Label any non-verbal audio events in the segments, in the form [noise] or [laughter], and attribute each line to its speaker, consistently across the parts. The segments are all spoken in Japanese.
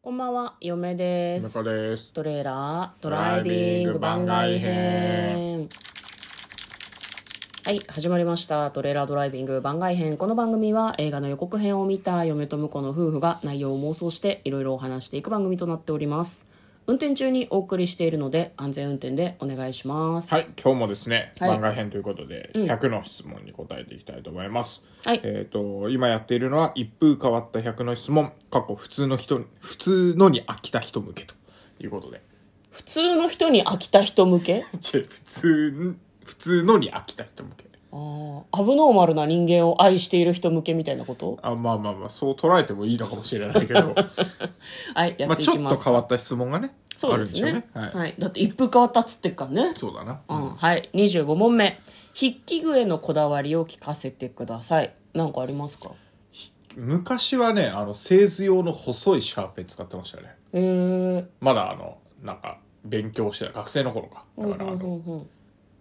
Speaker 1: こんばんは、嫁で
Speaker 2: 中
Speaker 1: す。
Speaker 2: です。
Speaker 1: トレーラード
Speaker 2: ド
Speaker 1: ラ
Speaker 2: ラ
Speaker 1: イ
Speaker 2: イ
Speaker 1: ビ
Speaker 2: ビ
Speaker 1: ン
Speaker 2: ン
Speaker 1: グ
Speaker 2: グ
Speaker 1: 番
Speaker 2: 番
Speaker 1: 外
Speaker 2: 外
Speaker 1: 編
Speaker 2: 編。
Speaker 1: はい、始まりました。トレーラードライビング番外編。この番組は映画の予告編を見た嫁と婿の夫婦が内容を妄想していろいろお話していく番組となっております。運転中にお送りしているので安全運転でお願いします。
Speaker 2: はい、今日もですね、
Speaker 1: はい
Speaker 2: 番外編ということで、100の質問に答えていきたいと思います。
Speaker 1: はい
Speaker 2: えっ、と、今やっているのは、一風変わった100の質問、過去普通の人に、普通のに飽きた人向けということで。 [laughs]
Speaker 1: 普通の人に飽きた人向 [laughs] け
Speaker 2: ちょ普通ん、普通のに飽きた人向け。
Speaker 1: あーアブノーマルな人間を愛している人向けみたいなこと
Speaker 2: あ、まあまあまあ、そう捉えてもいいのかもしれない
Speaker 1: [laughs]
Speaker 2: けど、
Speaker 1: はい、や
Speaker 2: ま
Speaker 1: っ
Speaker 2: あ
Speaker 1: てい
Speaker 2: ちょ
Speaker 1: き
Speaker 2: っ
Speaker 1: ま
Speaker 2: と
Speaker 1: すか。
Speaker 2: 変わった質問がね、
Speaker 1: そうで
Speaker 2: あるん
Speaker 1: す
Speaker 2: しょう
Speaker 1: ね
Speaker 2: はい。
Speaker 1: はい、だって一風変わったっつってっからね
Speaker 2: そうだな。
Speaker 1: うん、はい。25問目。筆記具へのこだわりを聞かせてください。なんかありますか
Speaker 2: 昔はね、あの、製図用の細いシャーペン使ってましたね。
Speaker 1: えー、
Speaker 2: まだあの、なんか、勉強してた、学生の頃か。だからあ
Speaker 1: うんう
Speaker 2: の、
Speaker 1: んうんうん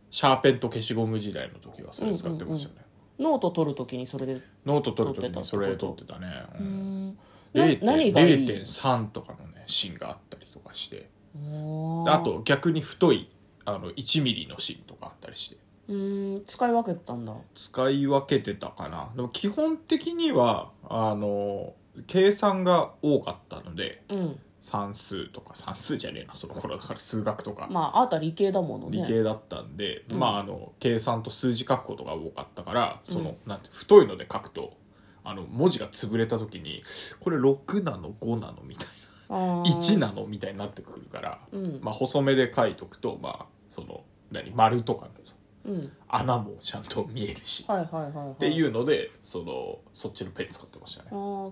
Speaker 2: シャーペンと消しゴム時代の時はそれ使ってましたね。
Speaker 1: ノート取るときにそれで。
Speaker 2: ノート取る時にそれ取ってたね。
Speaker 1: う
Speaker 2: う
Speaker 1: んん。な
Speaker 2: 0.-
Speaker 1: 何がいい
Speaker 2: ?0.3 とかのね、芯があったりとかして。で
Speaker 1: あ
Speaker 2: あ。と、逆に太い、あの、1ミリの芯とかあったりして。
Speaker 1: うん、使い分けてたんだ。
Speaker 2: 使い分けてたかな。でも基本的には、あの、計算が多かったので、
Speaker 1: うん。
Speaker 2: 算数とか、算数じゃねえな、その頃だから数学とか。
Speaker 1: まあ、あなた理系だものね。
Speaker 2: 理系だったんで、
Speaker 1: うん
Speaker 2: まああの計算と数字書くことが多かったからその、
Speaker 1: うん
Speaker 2: なんて太いので書くとあの文字が潰れた時にこれ6なの5なのみたい
Speaker 1: あ
Speaker 2: な
Speaker 1: ー
Speaker 2: 1。なのみたいになってくるから、
Speaker 1: うん。
Speaker 2: まあ、細めで書いとくとまあその何丸とかのさ
Speaker 1: うん。
Speaker 2: 穴もちゃんと見えるし、
Speaker 1: はいはいはい、はい。っ。
Speaker 2: っていううのでそのそっちのペン使ってましたね。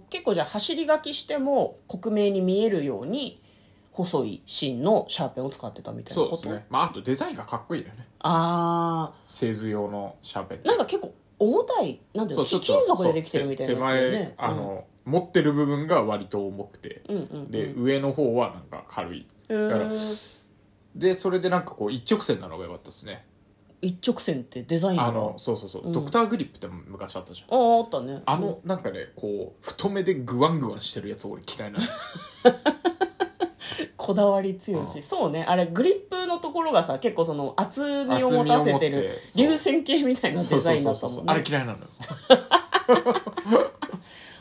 Speaker 1: 結構じゃあ走り書きしても克明に見えるように細い芯のシャーペンを使ってたみたいな
Speaker 2: そう
Speaker 1: こ
Speaker 2: で
Speaker 1: と
Speaker 2: すね、まあ、あとデザインがかっこいいよね
Speaker 1: ああ
Speaker 2: 製図用のシャーペン
Speaker 1: なんか結構重たい、なんていうの、
Speaker 2: ちょ
Speaker 1: 貴
Speaker 2: っと
Speaker 1: 金属でできてるみたいなやつだよ
Speaker 2: そう手
Speaker 1: ね
Speaker 2: 手。前あの、持ってる部分が割と重くて
Speaker 1: うん、うんうんうん。
Speaker 2: で、上の方はなんか軽い
Speaker 1: えー
Speaker 2: でそれでなんかこう一直線なのが良かったですね
Speaker 1: 一直線ってデザインが
Speaker 2: あのそうそうそう、
Speaker 1: うん
Speaker 2: ドクターグリップって昔あったじゃん
Speaker 1: あーあったね。
Speaker 2: あのなんかねこう太めでグワングワンしてるやつ俺嫌いなの
Speaker 1: こだわり強いし、
Speaker 2: うん
Speaker 1: そうね、あれグリップのところがさ、結構その厚みを持たせてる
Speaker 2: 厚
Speaker 1: 流
Speaker 2: みを持ってそう
Speaker 1: 線形みたいな
Speaker 2: そ
Speaker 1: デ
Speaker 2: う
Speaker 1: ザ
Speaker 2: そう
Speaker 1: イン
Speaker 2: そ
Speaker 1: だ
Speaker 2: う
Speaker 1: った
Speaker 2: そう
Speaker 1: もん
Speaker 2: あれ
Speaker 1: ね。
Speaker 2: 嫌いなのよ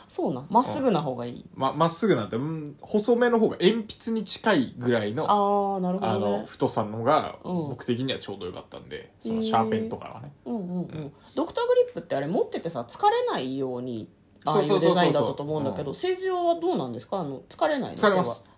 Speaker 1: そうなん、まっすぐな方がいい。
Speaker 2: ままっすぐなんて、うん、細めの方が鉛筆に近いぐらいのあ
Speaker 1: ああ、なるほど
Speaker 2: の
Speaker 1: ね。
Speaker 2: 太さのが
Speaker 1: うん
Speaker 2: 僕的にはちょうど良かったんで、そ
Speaker 1: へー
Speaker 2: のシャーペンとかはね
Speaker 1: うんうんうん。
Speaker 2: うん
Speaker 1: ドクターグリップってあれ持っててさ、疲れないように、ああい
Speaker 2: そううそうそ
Speaker 1: デ
Speaker 2: うそう
Speaker 1: ザインだったと思うんだけ
Speaker 2: う
Speaker 1: ど、
Speaker 2: ん
Speaker 1: 製図用はどうなんですかあの、疲れないの
Speaker 2: 疲れます
Speaker 1: 手は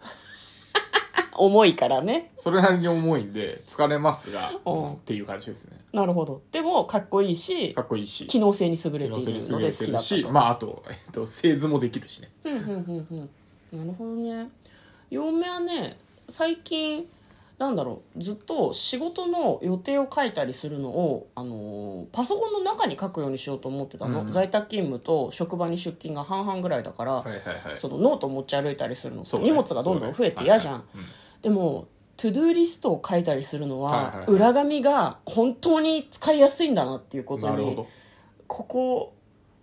Speaker 1: 重いからね。
Speaker 2: それなりに重いんで疲れますが、
Speaker 1: うん
Speaker 2: っていう感じですね
Speaker 1: なるほど。でも、かっこいいし
Speaker 2: か、っこいいし
Speaker 1: 機能性に優れてい
Speaker 2: 機
Speaker 1: る
Speaker 2: 能性に
Speaker 1: の
Speaker 2: 優
Speaker 1: で
Speaker 2: れ
Speaker 1: 好きだ
Speaker 2: てる
Speaker 1: った
Speaker 2: し
Speaker 1: と。
Speaker 2: まああと、えっと、製図もできるしね
Speaker 1: うんうんうんうん。なるほどね。嫁はね、最近、なんだろう、ずっと仕事の予定を書いたりするのを、あのーパソコンの中に書くようにしようと思ってたの。
Speaker 2: うん
Speaker 1: 在宅勤務と職場に出勤が半々ぐらいだから、
Speaker 2: はいはいはい
Speaker 1: そのノート持ち歩いたりするの、
Speaker 2: そうね
Speaker 1: 荷物がどんどん増えて嫌じゃん。でも、トゥドゥーリストを書いたりするのは、
Speaker 2: はいはいはい
Speaker 1: 裏紙が本当に使いやすいんだなっていうこ
Speaker 2: そうね
Speaker 1: と
Speaker 2: はいはいはいなるほ
Speaker 1: に
Speaker 2: ど
Speaker 1: ここ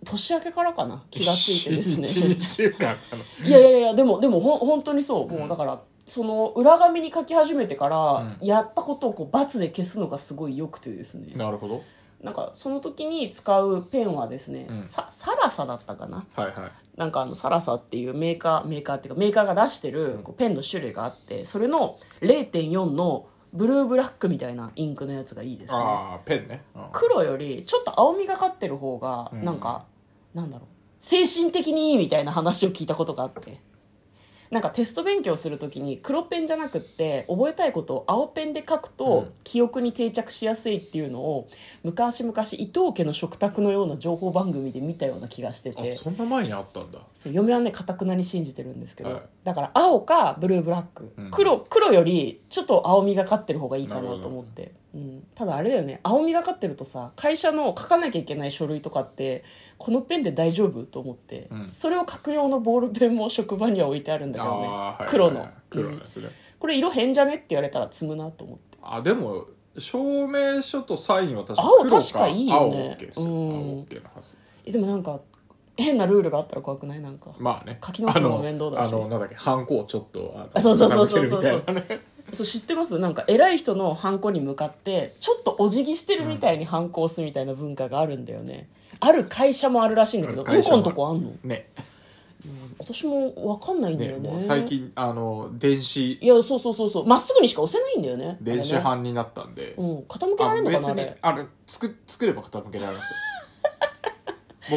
Speaker 1: 年明けからかな気がついてです
Speaker 2: 一
Speaker 1: ね
Speaker 2: 日週間あの
Speaker 1: いやいやいやでもでもほん本当にそう、もうんうだからその裏紙に書き始めてから、
Speaker 2: うん
Speaker 1: やったことをこう×で消すのがすごい良くてですね
Speaker 2: なるほど
Speaker 1: なんかその時に使うペンはですね、
Speaker 2: うん
Speaker 1: さサラサだったかな
Speaker 2: はいはい
Speaker 1: なんかあのサラサっていうメーカーメーカーっていうかメーカーが出してる
Speaker 2: うん
Speaker 1: こうペンの種類があってそれの0.4のブルーブラックみたいなインクのやつがいいですね
Speaker 2: ああペンねうん
Speaker 1: 黒よりちょっと青みがかってる方が
Speaker 2: うん
Speaker 1: なんか、なんだろう精神的にいいみたいな話を聞いたことがあってなんかテスト勉強するときに黒ペンじゃなくって覚えたいことを青ペンで書くと
Speaker 2: うん
Speaker 1: 記憶に定着しやすいっていうのを昔々伊藤家の食卓のような情報番組で見たような気がして
Speaker 2: あ
Speaker 1: て
Speaker 2: そんな前にあったんだ
Speaker 1: そう嫁はねかたくなに信じてるんですけど、
Speaker 2: はい
Speaker 1: だから青かブルーブラック、
Speaker 2: うん
Speaker 1: 黒黒よりちょっと青みがかってる方がいいかなと思って、うん、ただあれだよね青みがかってるとさ会社の書かなきゃいけない書類とかってこのペンで大丈夫と思って、
Speaker 2: うん
Speaker 1: それを書く用のボールペンも職場には置いてあるんだけどね、
Speaker 2: ああー
Speaker 1: 黒の
Speaker 2: 黒
Speaker 1: う
Speaker 2: の
Speaker 1: ん
Speaker 2: やつね
Speaker 1: これ色変じゃねって言われたら積むなと思って
Speaker 2: あでも証明書とサインは確か
Speaker 1: 青
Speaker 2: 黒
Speaker 1: 確かいいよね
Speaker 2: 青 OK ですよ
Speaker 1: うん
Speaker 2: 青 OK のはず
Speaker 1: えでもなんか変なルールがあったら怖くないなんか
Speaker 2: まあね
Speaker 1: 書き直すのも面倒だし
Speaker 2: あのあのなんだっけハンコをちょっとあの
Speaker 1: あそうそうそうそう
Speaker 2: 傾
Speaker 1: そう
Speaker 2: けるみたいなね
Speaker 1: そう知ってますなんか偉い人のハンコに向かってちょっとお辞儀してるみたいにハンコを押すみたいな文化があるんだよね、ある会社もあるらしいんだけど
Speaker 2: ある
Speaker 1: 向
Speaker 2: 会社も
Speaker 1: こ
Speaker 2: あ
Speaker 1: う
Speaker 2: る
Speaker 1: のとこあんの
Speaker 2: ね
Speaker 1: 私も分かんないんだ
Speaker 2: ね
Speaker 1: よね
Speaker 2: もう最近あの電子
Speaker 1: いやそうそうそうそうまっすぐにしか押せないんだよね
Speaker 2: 電子
Speaker 1: あ
Speaker 2: 版になったんで、
Speaker 1: れねうん傾けられるのかなあれ
Speaker 2: あれ作作れば傾けられます
Speaker 1: [laughs]
Speaker 2: よ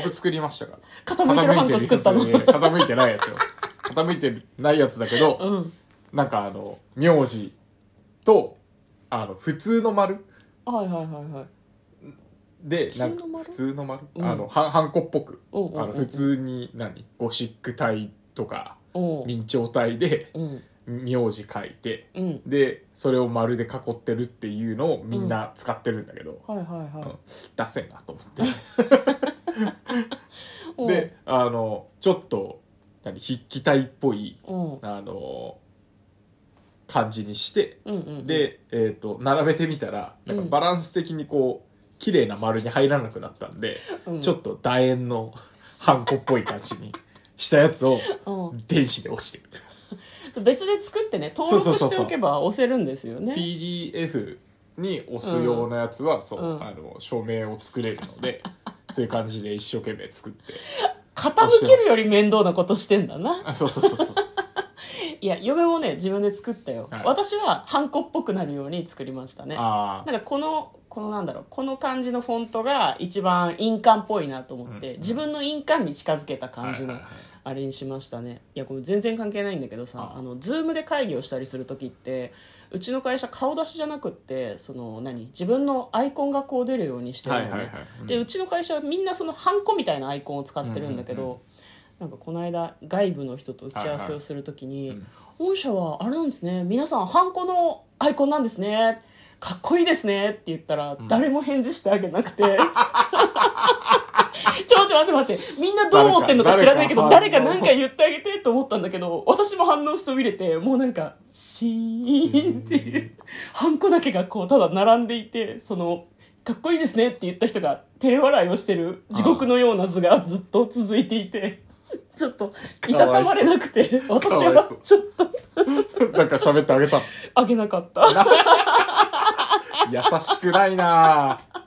Speaker 2: 僕作りましたから
Speaker 1: 傾いてるハンコ作ったの
Speaker 2: 傾いてるやつに傾いてないやつよ傾いてないやつだけど、
Speaker 1: [laughs] うん
Speaker 2: なんかあの名字とあの普通の丸
Speaker 1: [laughs] はいはいはいはい
Speaker 2: でなんか
Speaker 1: 普
Speaker 2: 普通の丸、
Speaker 1: うん
Speaker 2: あのはハンコっぽく、
Speaker 1: うんうんうん
Speaker 2: あの普通に何ゴシック体とか
Speaker 1: おう
Speaker 2: 明朝体で
Speaker 1: うん
Speaker 2: 名字書いて
Speaker 1: うん
Speaker 2: でそれを丸で囲ってるっていうのをみんな使ってるんだけど、
Speaker 1: はいはい
Speaker 2: うん
Speaker 1: は
Speaker 2: 出せんなと思って
Speaker 1: いおう
Speaker 2: であのちょっと何筆記体っぽい
Speaker 1: おう
Speaker 2: あの感じにして
Speaker 1: うんうんうん
Speaker 2: で、えー、と並べてみたらなんか
Speaker 1: うん
Speaker 2: バランス的にこう綺麗な丸に入らなくなったんで、
Speaker 1: うん
Speaker 2: ちょっと楕円の [laughs] ハンコっぽい感じにしたやつを
Speaker 1: うん
Speaker 2: 電子で押してる
Speaker 1: そう別で作ってね登
Speaker 2: そう
Speaker 1: 録
Speaker 2: そ
Speaker 1: し
Speaker 2: うそう
Speaker 1: て
Speaker 2: そう
Speaker 1: おけば押せるんですよね
Speaker 2: PDF に押す用のやつは、そう、
Speaker 1: うん
Speaker 2: あの署名を作れるので [laughs] そういう感じで一生懸命作って
Speaker 1: 傾けるより面倒なことしてんだな
Speaker 2: あそうそうそ
Speaker 1: [laughs]
Speaker 2: うそう
Speaker 1: いや嫁もね自分で作ったよ、
Speaker 2: はい
Speaker 1: 私はハンコっぽくなるように作りましたね
Speaker 2: あ
Speaker 1: なんかこのこのなんだろうこの感じのフォントが一番印鑑っぽいなと思って、
Speaker 2: うん
Speaker 1: 自分の印鑑に近づけた感じ
Speaker 2: は
Speaker 1: の
Speaker 2: いはいはい
Speaker 1: あれにしましたねいやこれ全然関係ないんだけどさあのズームで会議をしたりする時ってうちの会社顔出しじゃなくってその何自分のアイコンがこう出るようにしてるのね、
Speaker 2: はいはいはいうん
Speaker 1: でうちの会社はみんなそのハンコみたいなアイコンを使ってるんだけど、
Speaker 2: うんうん
Speaker 1: なんかこの間外部の人と打ち合わせをするときに、
Speaker 2: いはいうん
Speaker 1: 御社はあれなんですね皆さんハンコのアイコンなんですねかっこいいですねって言ったら、誰も返事してあげなくて [laughs] ちょっと待って待って待ってみんなどう思ってんのか知らないけど誰
Speaker 2: 誰
Speaker 1: か
Speaker 2: か
Speaker 1: 何か [laughs] 言ってあげてと思ったんだけど私も反応しそびれてもうなんかシーンっていうハンコだけがこうただ並んでいてそのかっこいいですねって言った人が照れ笑いをしてる地獄のような図がずっと続いていてちょっといたたまれなくて
Speaker 2: いそう
Speaker 1: 私はちょっと
Speaker 2: ー [laughs] なんか喋ってあげたの
Speaker 1: あげなかった
Speaker 2: 優しくないなぁ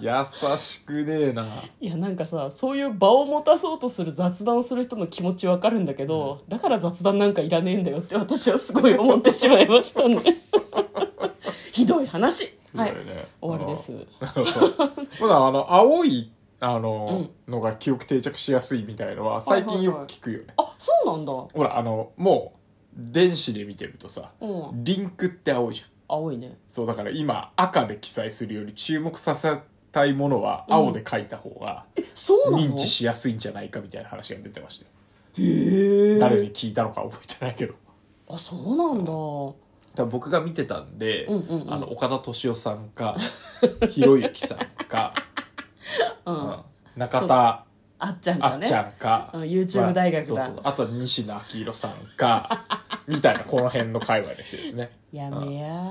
Speaker 2: 優しくねえない
Speaker 1: やなんかさそういう場を持たそうとする雑談をする人の気持ちわかるんだけど、だから雑談なんかいらねえんだよって私はすごい思ってしまいましたねひどい話はい
Speaker 2: そうだよね
Speaker 1: 終わりです
Speaker 2: あのそうほらあの青いあの、のが記憶定着しやすいみたいのは最近よく聞くよね、
Speaker 1: あそうなんだ
Speaker 2: ほらあのもう電子で見てるとさ
Speaker 1: うん
Speaker 2: リンクって青いじゃん
Speaker 1: 青いね
Speaker 2: そうだから今赤で記載するより注目させたいものは青で書いた方が
Speaker 1: そうなの
Speaker 2: 認知しやすいんじゃないかみたいな話が出てましたよ、
Speaker 1: へえ
Speaker 2: 誰に聞いたのか覚えてないけど
Speaker 1: あそうなんだう
Speaker 2: だから僕が見てたんで、
Speaker 1: うんうんうん
Speaker 2: あの岡田敏夫さんか [laughs] ひろゆきさんか、うんん中田
Speaker 1: あっちゃん
Speaker 2: あ
Speaker 1: か
Speaker 2: っ
Speaker 1: ね
Speaker 2: ちゃんか、
Speaker 1: うん YouTube 大学だ
Speaker 2: まあそうそうあとは西野昭弘さんか [laughs] みたいなこの辺の界隈の人ですね
Speaker 1: やめや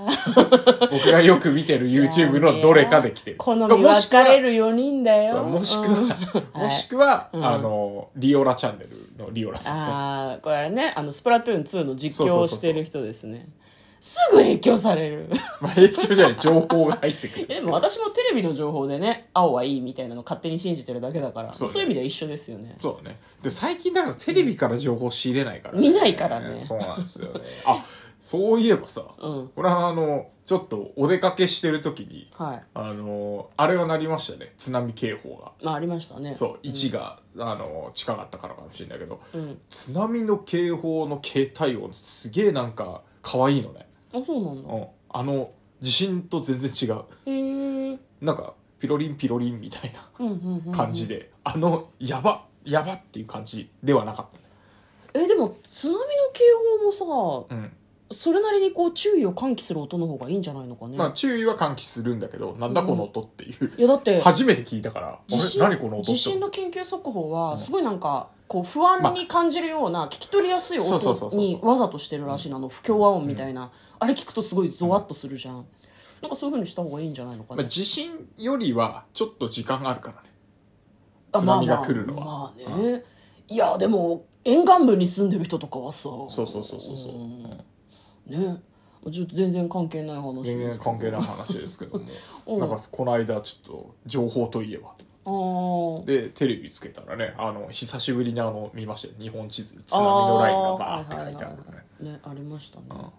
Speaker 2: 僕がよく見てる YouTube のどれかで来てる
Speaker 1: 好み
Speaker 2: もし
Speaker 1: 分
Speaker 2: くは
Speaker 1: かれる4人だよ
Speaker 2: そうもしく
Speaker 1: うん
Speaker 2: は、
Speaker 1: うん
Speaker 2: [laughs] もしくは、
Speaker 1: うん
Speaker 2: あのリオラチャンネルのリオラさんね
Speaker 1: ああこれあれねあのスプラトゥーン2の実況
Speaker 2: そうそうそ
Speaker 1: を
Speaker 2: うそう
Speaker 1: してる人ですねすぐ影響され [laughs] る
Speaker 2: [laughs] まあ影響じゃない情報が入ってくる
Speaker 1: いやでも私もテレビの情報でね青はいいみたいなの勝手に信じてるだけだからそ,、
Speaker 2: そううね
Speaker 1: いう意味では一緒ですよね
Speaker 2: そうだね。で、最近だからテレビから情報仕入れないから、
Speaker 1: 見ないからね
Speaker 2: そうなんですよね。あ、そういえばさ、
Speaker 1: うん
Speaker 2: これはあの、ちょっとお出かけしてる時に、
Speaker 1: はい
Speaker 2: あの、あれが鳴りましたね。津波警報が。
Speaker 1: まあありましたね
Speaker 2: そう、位置が、あの、近かったからかもしれないけど、
Speaker 1: うん
Speaker 2: 津波の警報の携帯音、すげえなんか、可愛いのね。
Speaker 1: あそうなんだ
Speaker 2: うん。あの、地震と全然違う。
Speaker 1: へえ
Speaker 2: なんか、ピロリンピロリンみたいな
Speaker 1: うんうんうん
Speaker 2: 感じで、あの、やば、やばっていう感じではなかった。
Speaker 1: えでも津波の警報もさ
Speaker 2: うん、
Speaker 1: それなりにこう注意を喚起する音の方がいいんじゃないのかね、
Speaker 2: まあ注意は喚起するんだけどなんだこの音っていう、
Speaker 1: いやだって
Speaker 2: 初めて聞いたから「あれ何この音?」って
Speaker 1: 地震の緊急速報はすごいなんかこう不安に感じるような聞き取りやすい
Speaker 2: そうそうそう
Speaker 1: 音
Speaker 2: そう
Speaker 1: に
Speaker 2: そう
Speaker 1: わざとしてるらしいなあの不協和音みたいな、あれ聞くとすごいゾワッとするじゃん、なんかそういうふうにした方がいいんじゃないのか
Speaker 2: まあ、
Speaker 1: ね、
Speaker 2: 地震よりはちょっと時間があるからね津波が来るのは、
Speaker 1: まあまあまあねいやでも沿岸部に住んでる人とかはさそう
Speaker 2: そうそうそうそう
Speaker 1: ねちょっと全然関係ない話
Speaker 2: 全
Speaker 1: で
Speaker 2: 然
Speaker 1: す
Speaker 2: 関係ない話ですけども、
Speaker 1: [laughs] うん
Speaker 2: なんかこの間ちょっと情報といえば
Speaker 1: あー
Speaker 2: でテレビつけたらねあの久しぶりにあの見ましたよ日本地図に津波のラインがバーって書いてあるの
Speaker 1: はいは
Speaker 2: ね
Speaker 1: いはいねありましたね、
Speaker 2: ん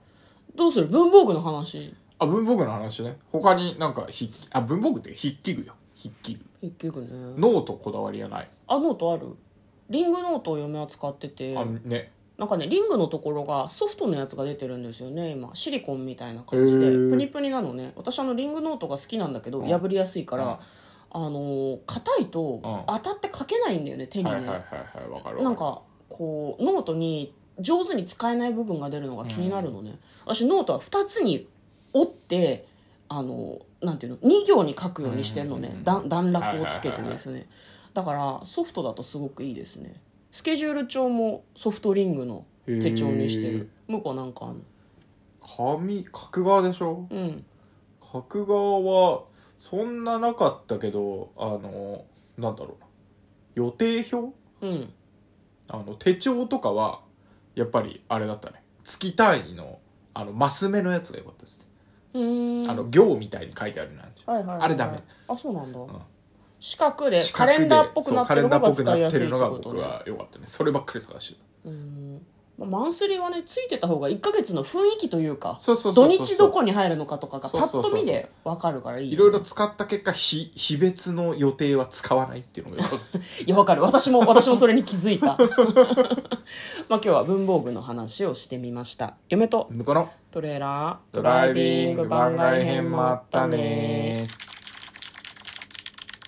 Speaker 1: どうする文房具の話
Speaker 2: あ文房具の話ね他になんか筆記あ文房具って筆記具よ筆記具
Speaker 1: 結局ね
Speaker 2: ノートこだわりはない、
Speaker 1: あノートあるリングノートを嫁は使ってて
Speaker 2: あね
Speaker 1: なんかねリングのところがソフトのやつが出てるんですよね今シリコンみたいな感じで
Speaker 2: へー
Speaker 1: プニプニなのね私あのリングノートが好きなんだけど、
Speaker 2: うん
Speaker 1: 破りやすいから、あのー硬いと
Speaker 2: うん
Speaker 1: 当たって書けないんだよね手にね、
Speaker 2: はいはいはいはいわかるわかる
Speaker 1: なんかこうノートに上手に使えない部分が出るのが気になるのね、私ノートは2つに折ってあのなんていうの2行に書くようにしてるのね、
Speaker 2: うんうんうん
Speaker 1: 段段落をつけてですね、だからソフトだとすごくいいですねスケジュール帳もソフトリングの手帳にしてる向こうなんかあんの
Speaker 2: 紙角側でしょ
Speaker 1: うん
Speaker 2: 角側はそんななかったけどあのなんだろうな予定表
Speaker 1: うん
Speaker 2: あの手帳とかはやっぱりあれだったね月単位のあのマス目のやつが良かったですね、
Speaker 1: うーん
Speaker 2: あの行みたいに書いてあるなんじゃん
Speaker 1: はいはいはい
Speaker 2: あれダメ
Speaker 1: あそうなんだ、
Speaker 2: ん
Speaker 1: 四角で
Speaker 2: 四
Speaker 1: カ
Speaker 2: 角で
Speaker 1: レンダーっぽくなってる
Speaker 2: そうカ
Speaker 1: の
Speaker 2: レンダーっ
Speaker 1: が
Speaker 2: ぽ
Speaker 1: 使
Speaker 2: く
Speaker 1: い
Speaker 2: な
Speaker 1: や
Speaker 2: っ
Speaker 1: す
Speaker 2: て
Speaker 1: いって
Speaker 2: るのが
Speaker 1: こと
Speaker 2: 僕
Speaker 1: ね
Speaker 2: は良かったねそればっかり探して
Speaker 1: うんまあマンスリーはねついてた方が1か月の雰囲気というか
Speaker 2: たそうそうそうそう
Speaker 1: 土日どこに入るのかとかがパ
Speaker 2: そうそ
Speaker 1: ッ
Speaker 2: うそう
Speaker 1: と
Speaker 2: そう
Speaker 1: 見で分かるからいい
Speaker 2: い
Speaker 1: よ
Speaker 2: ろいろ使った結果日日別の予定は使わないっていうのが良かった
Speaker 1: [laughs] いや分かる私も私もそれに気づいた [laughs] まあ今日は文房具の話をしてみました嫁と
Speaker 2: 向こうの
Speaker 1: トレーラー
Speaker 2: ドライビング番外編もあったね